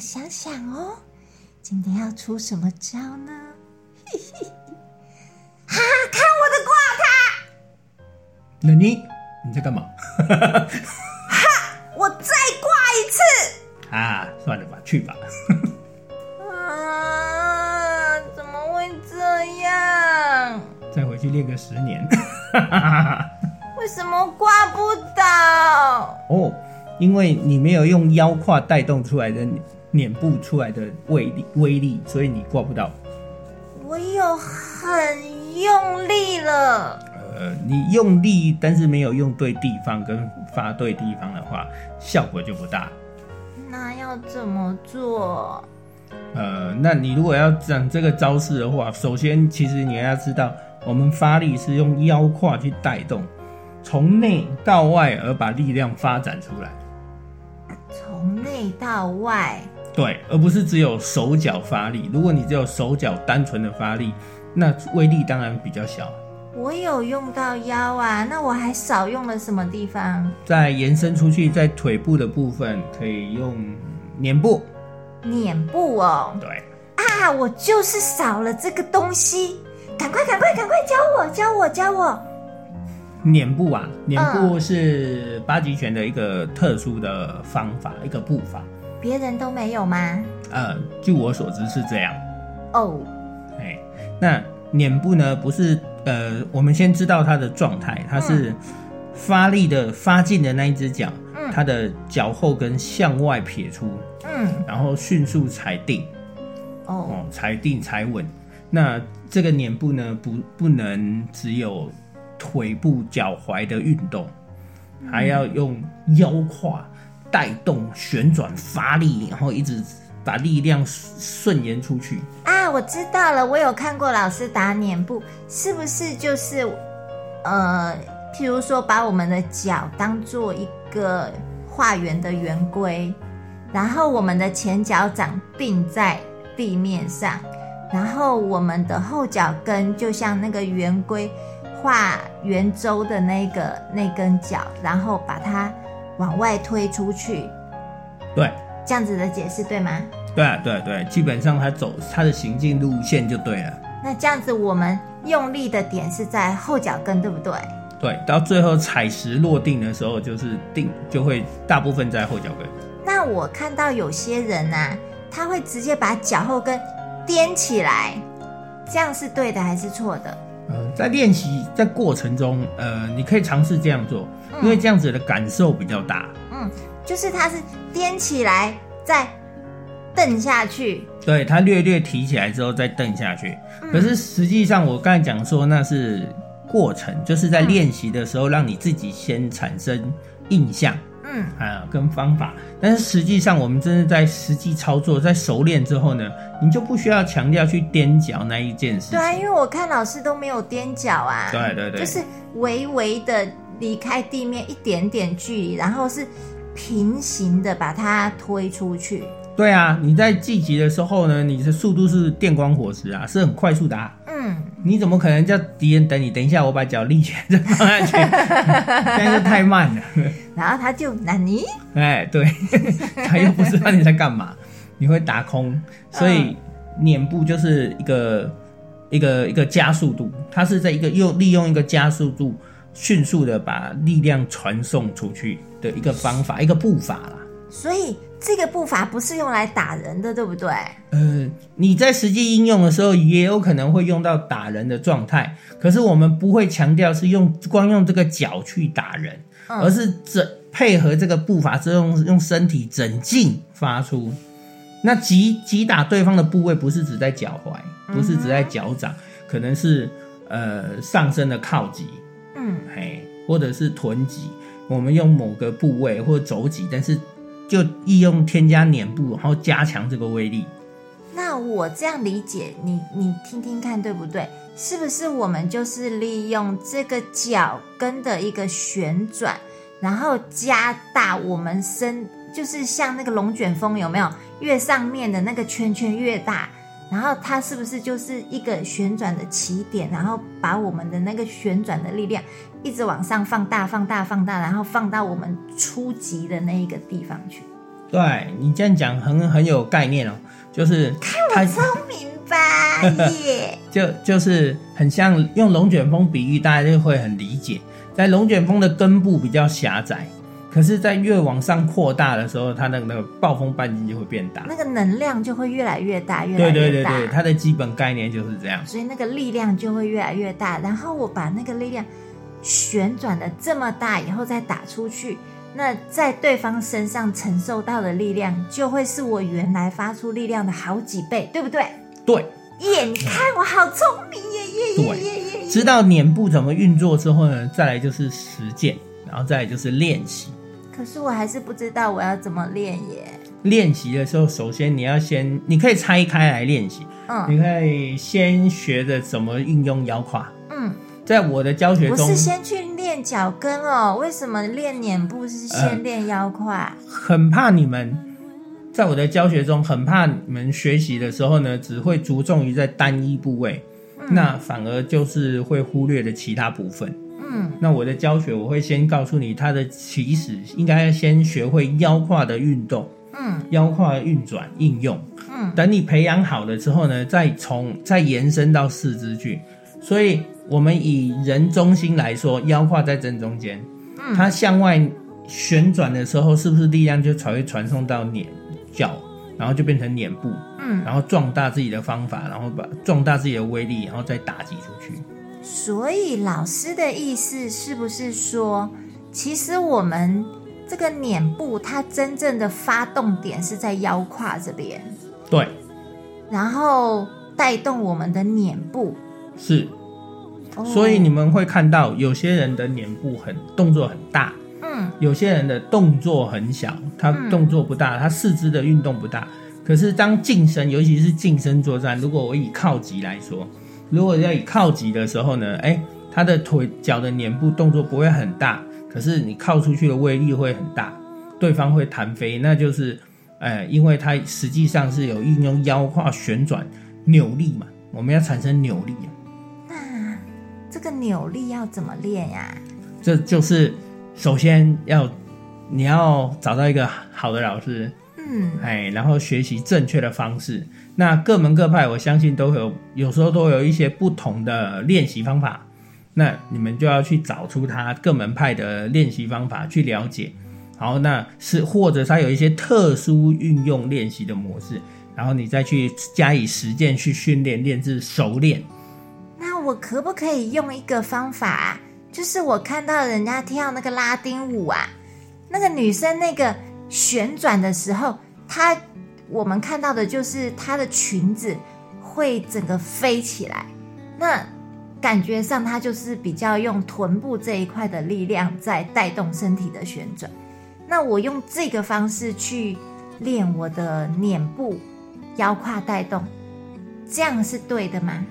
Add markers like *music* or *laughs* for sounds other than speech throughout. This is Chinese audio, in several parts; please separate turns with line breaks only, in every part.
想想哦，今天要出什么招呢？嘿嘿，哈、啊，看我的挂塔！
冷妮，你在干嘛？
哈，我再挂一次！
啊，算了吧，去吧。
啊，怎么会这样？
再回去练个十年。
为什么挂不倒？
*laughs* 哦，因为你没有用腰胯带动出来的脸部出来的威力威力，所以你挂不到。
我有很用力了，
呃，你用力，但是没有用对地方跟发对地方的话，效果就不大。
那要怎么做？
呃，那你如果要讲这个招式的话，首先其实你要知道，我们发力是用腰胯去带动，从内到外而把力量发展出来，
从内到外，
对，而不是只有手脚发力。如果你只有手脚单纯的发力，那威力当然比较小。啊
我有用到腰啊，那我还少用了什么地方？
再延伸出去，在腿部的部分可以用脸部，
脸部哦，
对，
啊，我就是少了这个东西，赶快赶快赶快教我教我教我！
脸部啊，脸部是八极拳的一个特殊的方法，一个步法。
别人都没有吗？
呃，据我所知是这样。
哦，
哎，那脸部呢，不是呃，我们先知道它的状态，它是发力的发劲的那一只脚，
嗯
它的脚后跟向外撇出，
嗯，
然后迅速踩定，
哦，
哦，踩定踩稳。那这个脸部呢，不不能只有腿部、脚踝的运动，还要用腰胯带动、旋转、发力，然后一直把力量顺延出去。
啊，我知道了，我有看过老师打脸部，是不是就是呃，譬如说把我们的脚当做一个画圆的圆规，然后我们的前脚掌并在地面上，然后我们的后脚跟就像那个圆规画圆周的那个那根脚，然后把它往外推出去，
对，
这样子的解释对吗？
对啊，对啊对啊，基本上它走它的行进路线就对了。
那这样子，我们用力的点是在后脚跟，对不对？
对，到最后踩实落定的时候，就是定就会大部分在后脚跟。
那我看到有些人啊，他会直接把脚后跟踮起来，这样是对的还是错的？
呃，在练习在过程中，呃，你可以尝试这样做，因为这样子的感受比较大。
嗯，就是他是踮起来再蹬下去，
对，它略略提起来之后再蹬下去。
嗯
可是实际上，我刚才讲说那是过程，就是
嗯
在练习的时候让你自己先产生印象
嗯，
啊跟方法。但是实际上，我们真的在实际操作，在熟练之后呢，你就不需要强调去踮脚那一件事
对啊，
情。
因为我看老师都没有踮脚啊，
对对对
就是微微的离开地面一点点距离，然后是平行的把它推出去，
对啊，你在积极的时候呢，你的速度是电光火石啊，是很快速的、啊。
嗯。
你怎么可能叫敌人等你？等一下，我把脚立起来再放下去， *laughs* 这样就太慢了。 *laughs*
然后他就那你
哎，对， *laughs* 他又不知道你在干嘛，你会打空，所以脸部就是一个一个一个加速度，它是在一个又利用一个加速度，迅速的把力量传送出去的一个方法，一个步伐啦。
所以这个步伐不是用来打人的，对不对？
呃，你在实际应用的时候，也有可能会用到打人的状态，可是我们不会强调是用光用这个脚去打人，
嗯
而是整配合这个步伐之后，用用身体整劲发出。那击击打对方的部位不是只在脚
嗯
踝，不是只在脚掌，可能是呃上身的靠击，
嗯，
嘿，或者是臀肌，我们用某个部位或肘击，但是就利用添加脸部，然后加强这个威力。
那我这样理解，你你听听看，对不对？是不是我们就是利用这个脚跟的一个旋转，然后加大我们身，就是像那个龙卷风有没有？越上面的那个圈圈越大，然后它是不是就是一个旋转的起点，然后把我们的那个旋转的力量一直往上放大、放大、放大，然后放到我们初级的那一个地方去？
对你这样讲很很有概念哦，就是它
聪明吧耶！
就就是很像用龙卷风比喻，大家就会很理解。在龙卷风的根部比较狭窄，可是，在越往上扩大的时候，它的那个暴风半径就会变大。
那个能量就会越来越大，越来
对对
越
对
大。
对，它的基本概念就是这样。
所以那个力量就会越来越大。然后我把那个力量旋转的这么大以后再打出去，那在对方身上承受到的力量就会是我原来发出力量的好几倍，对不对？
对，
耶，你看我好聪明耶耶耶 *laughs* 耶耶耶！
知道脸部怎么运作之后呢，再来就是实践，然后再来就是练习。
可是我还是不知道我要怎么练耶。
练习的时候，首先你要先，你可以拆开来练习，
嗯
你可以先学着怎么运用腰胯。
嗯，
在我的教学
不
中，
是先去练脚跟哦，为什么练脸部是
呃
先练腰胯？
很怕你们在我的教学中，很怕你们学习的时候呢，只会着重于在单一部位，那反而就是会忽略了其他部分。
嗯
那我的教学，我会先告诉你，它的起始应该先学会腰胯的运动、
嗯
腰胯运转应用。
嗯
等你培养好了之后呢，再从再延伸到四肢去。所以，我们以人中心来说，腰胯在正中间，
嗯
它向外旋转的时候，是不是力量就才会传送到脸脚，然后就变成脸部，
嗯，
然后壮大自己的方法，然后把壮大自己的威力，然后再打击出去。
所以老师的意思是不是说，其实我们这个脸部它真正的发动点是在腰胯这边，
对，
然后带动我们的脸部。
是。
哦
所以你们会看到有些人的脸部很动作很大，
嗯
有些人的动作很小，他
嗯
动作不大，他四肢的运动不大。可是当近身，尤其是近身作战，如果我以靠击来说，如果要以靠击的时候呢，哎、他的腿脚的脸部动作不会很大，可是你靠出去的威力会很大，对方会弹飞，那就是，呃，因为他实际上是有运用腰胯旋转扭力嘛，我们要产生扭力啊。
那这个扭力要怎么练呀、
这就是首先要你要找到一个好的老师，
嗯
哎，然后学习正确的方式。那各门各派，我相信都会有，有时候都会有一些不同的练习方法。那你们就要去找出他各门派的练习方法去了解。好，那是或者他有一些特殊运用练习的模式，然后你再去加以实践去训练，练至熟练。
那我可不可以用一个方法、啊？就是我看到人家跳那个拉丁舞啊，那个女生那个旋转的时候，她我们看到的就是她的裙子会整个飞起来，那感觉上她就是比较用臀部这一块的力量在带动身体的旋转。那我用这个方式去练我的脸部、腰胯带动，这样是对的吗？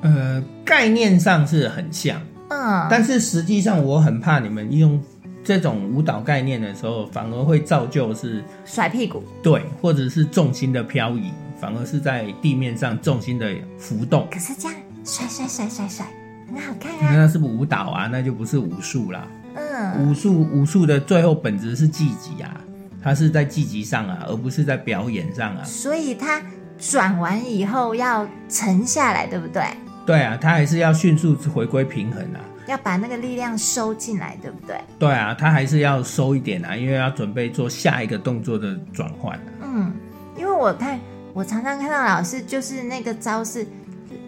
呃，概念上是很像，
嗯，
但是实际上，我很怕你们用这种舞蹈概念的时候，反而会造就是
甩屁股。
对，或者是重心的漂移，反而是在地面上重心的浮动。
可是这样甩甩甩甩甩，很好看啊。
那是不是舞蹈啊？那就不是武术啦。
嗯
武术武术的最后本质是技击啊，它是在技击上啊，而不是在表演上啊。
所以它转完以后要沉下来，对不对？
对啊，它还是要迅速回归平衡啊。
要把那个力量收进来，对不对？
对啊，它还是要收一点啊，因为要准备做下一个动作的转换啊。
嗯，因为我看我常常看到老师就是那个招式，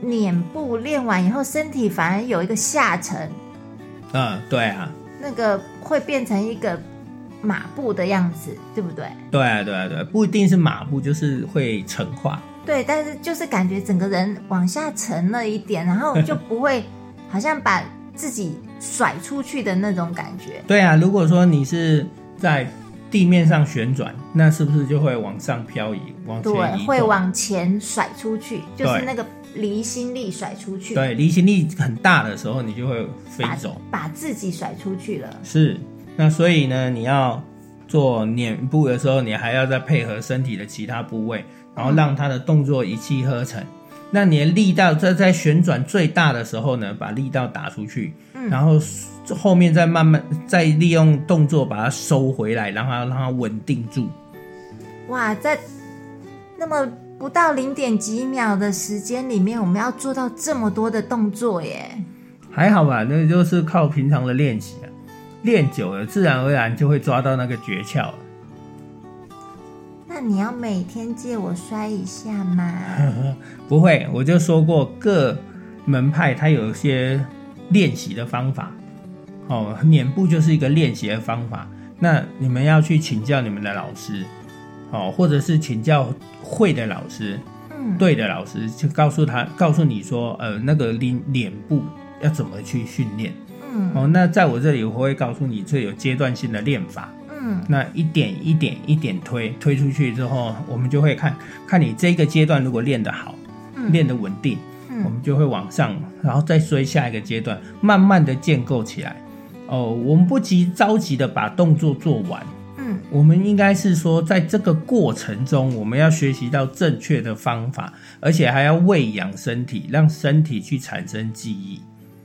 脸部练完以后，身体反而有一个下沉，
嗯，对啊。
那个会变成一个马步的样子，对不对？
对啊，对啊，对啊，不一定是马步，就是会成化。
对，但是就是感觉整个人往下沉了一点，然后就不会好像把自己甩出去的那种感觉。
对啊，如果说你是在地面上旋转，那是不是就会往上漂移，往前移
对，
动
会往前甩出去，就是
对
那个离心力甩出去，
对离心力很大的时候，你就会飞
把
走。
把自己甩出去了。
是，那所以呢，你要做脸部的时候，你还要再配合身体的其他部位，然后让它的动作一气呵成。那你的力道在在旋转最大的时候呢，把力道打出去，
嗯
然后后面再慢慢再利用动作把它收回来，让它让它稳定住。
哇，在那么不到零点几秒的时间里面，我们要做到这么多的动作耶！
还好吧，那就是靠平常的练习啊，练久了自然而然就会抓到那个诀窍了。
那你要每天借我摔一下吗？
*laughs* 不会，我就说过各门派它有一些练习的方法，哦，捻步就是一个练习的方法。那你们要去请教你们的老师，哦，或者是请教会的老师，
嗯，
对的老师，就告诉他，告诉你说，呃，那个脸脸部要怎么去训练。
嗯
哦，那在我这里我会告诉你最有阶段性的练法，
嗯
那一点一点一点推推出去之后，我们就会看看你这个阶段如果练得好，
嗯
练得稳定，我
嗯
们就会往上，然后再追下一个阶段，慢慢的建构起来。哦，我们不急着急的把动作做完，
嗯
我们应该是说，在这个过程中，我们要学习到正确的方法，而且还要喂养身体，让身体去产生记忆。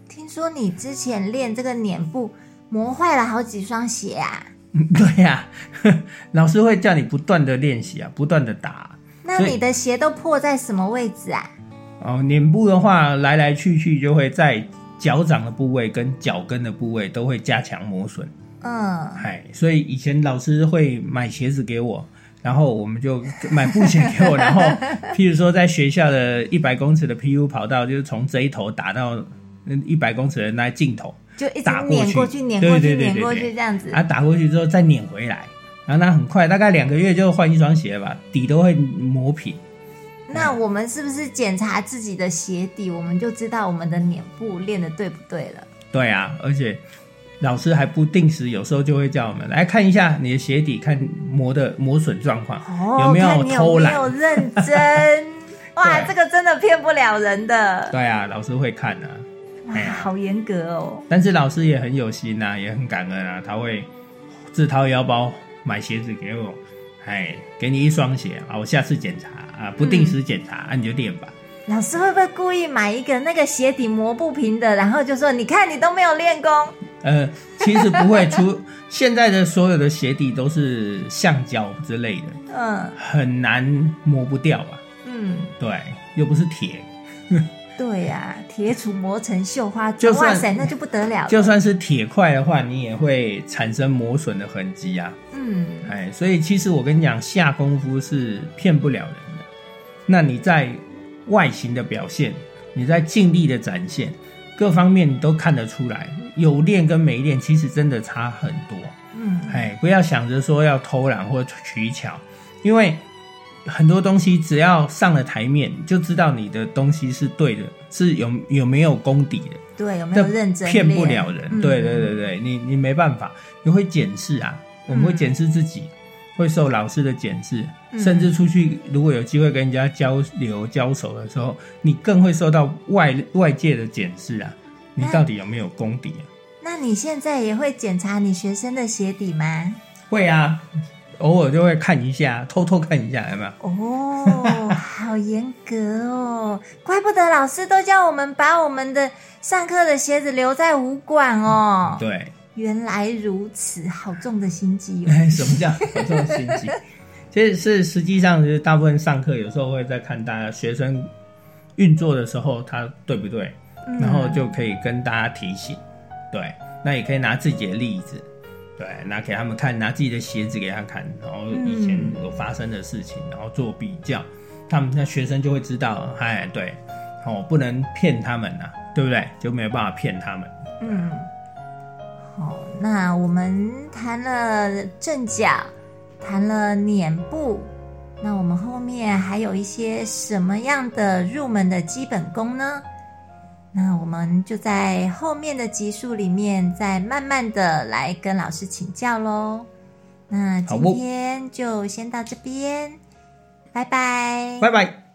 听说你之前练这个碾步磨坏了好几双鞋啊？
嗯 *laughs* 对呀、呵老师会叫你不断的练习啊，不断的打啊、
那
所以
你的鞋都破在什么位置啊？
哦，脸部的话，来来去去就会在脚掌的部位跟脚跟的部位都会加强磨损。
嗯，
哎，所以以前老师会买鞋子给我，然后我们就买布鞋给我，然后譬如说在学校的一百公尺的 PU 跑道，就是从这一头打到一百公尺的那尽头，
就一直
打过
碾
去
过去，碾过去，
对对对对
碾过
对
去这样子。
啊，打过去之后再碾回来，然后那很快，大概两个月就换一双鞋吧，底都会磨平。
那我们是不是检查自己的鞋底，我们就知道我们的脸部练的对不对了？
对啊，而且老师还不定时，有时候就会叫我们来看一下你的鞋底，看磨的磨损状况、*laughs*
哦，
有没
看
有
你
偷
有没
懒。
有认
*laughs*
真？哇，
对
这个真的骗不了人的，
对啊，老师会看啊。
哇
哎，呀
好严格哦。
但是老师也很有心呐、也很感恩啊，他会自掏腰包买鞋子给我，哎，给你一双鞋啊，我下次检查啊，不定时检查、啊，你就练吧。
老师会不会故意买一个那个鞋底磨不平的，然后就说你看你都没有练功？
呃，其实不会出 *laughs* 现在的所有的鞋底都是橡胶之类的，
嗯
很难磨不掉啊。
嗯，
对，又不是铁，
对呀、铁杵磨成绣花
就
针，
算
哇塞，那就不得了了。
就算是铁块的话，你也会产生磨损的痕迹啊。
嗯
哎，所以其实我跟你讲，下功夫是骗不了人的。那你在外形的表现，你在尽力的展现，各方面你都看得出来，有练跟没练其实真的差很多。
嗯
哎，不要想着说要偷懒或取巧，因为很多东西只要上了台面，就知道你的东西是对的，是有有没有功底的。
对，有没
这
有认真
骗不
练
了人。
嗯
对对对对，你你没办法，你会检视啊，我们会检视自己，会受老师的检视，
嗯
甚至出去如果有机会跟人家交流交手的时候，你更会受到外外界的检视啊，你
那
到底有没有功底啊？
那你现在也会检查你学生的鞋底吗？
会啊，偶尔就会看一下，偷偷看一下，有没有？
哦，好严格哦，怪不得老师都叫我们把我们的上课的鞋子留在武馆哦。
对，
原来如此，好重的心机哦。
*laughs* 什么叫这种心机？其实是实际上，就是大部分上课有时候会在看大家学生运作的时候，他对不对？
嗯
然后就可以跟大家提醒，对，那也可以拿自己的例子，对，拿给他们看，拿自己的鞋子给他看，然后以前
嗯
有发生的事情，然后做比较，他们那学生就会知道，哎，对，哦，不能骗他们呐、啊对不对？就没有办法骗他们。
嗯，好，哦那我们谈了正脚，谈了脸部，那我们后面还有一些什么样的入门的基本功呢？那我们就在后面的集数里面再慢慢的来跟老师请教喽。那
好
今
哦
天就先到这边，拜拜。
拜拜。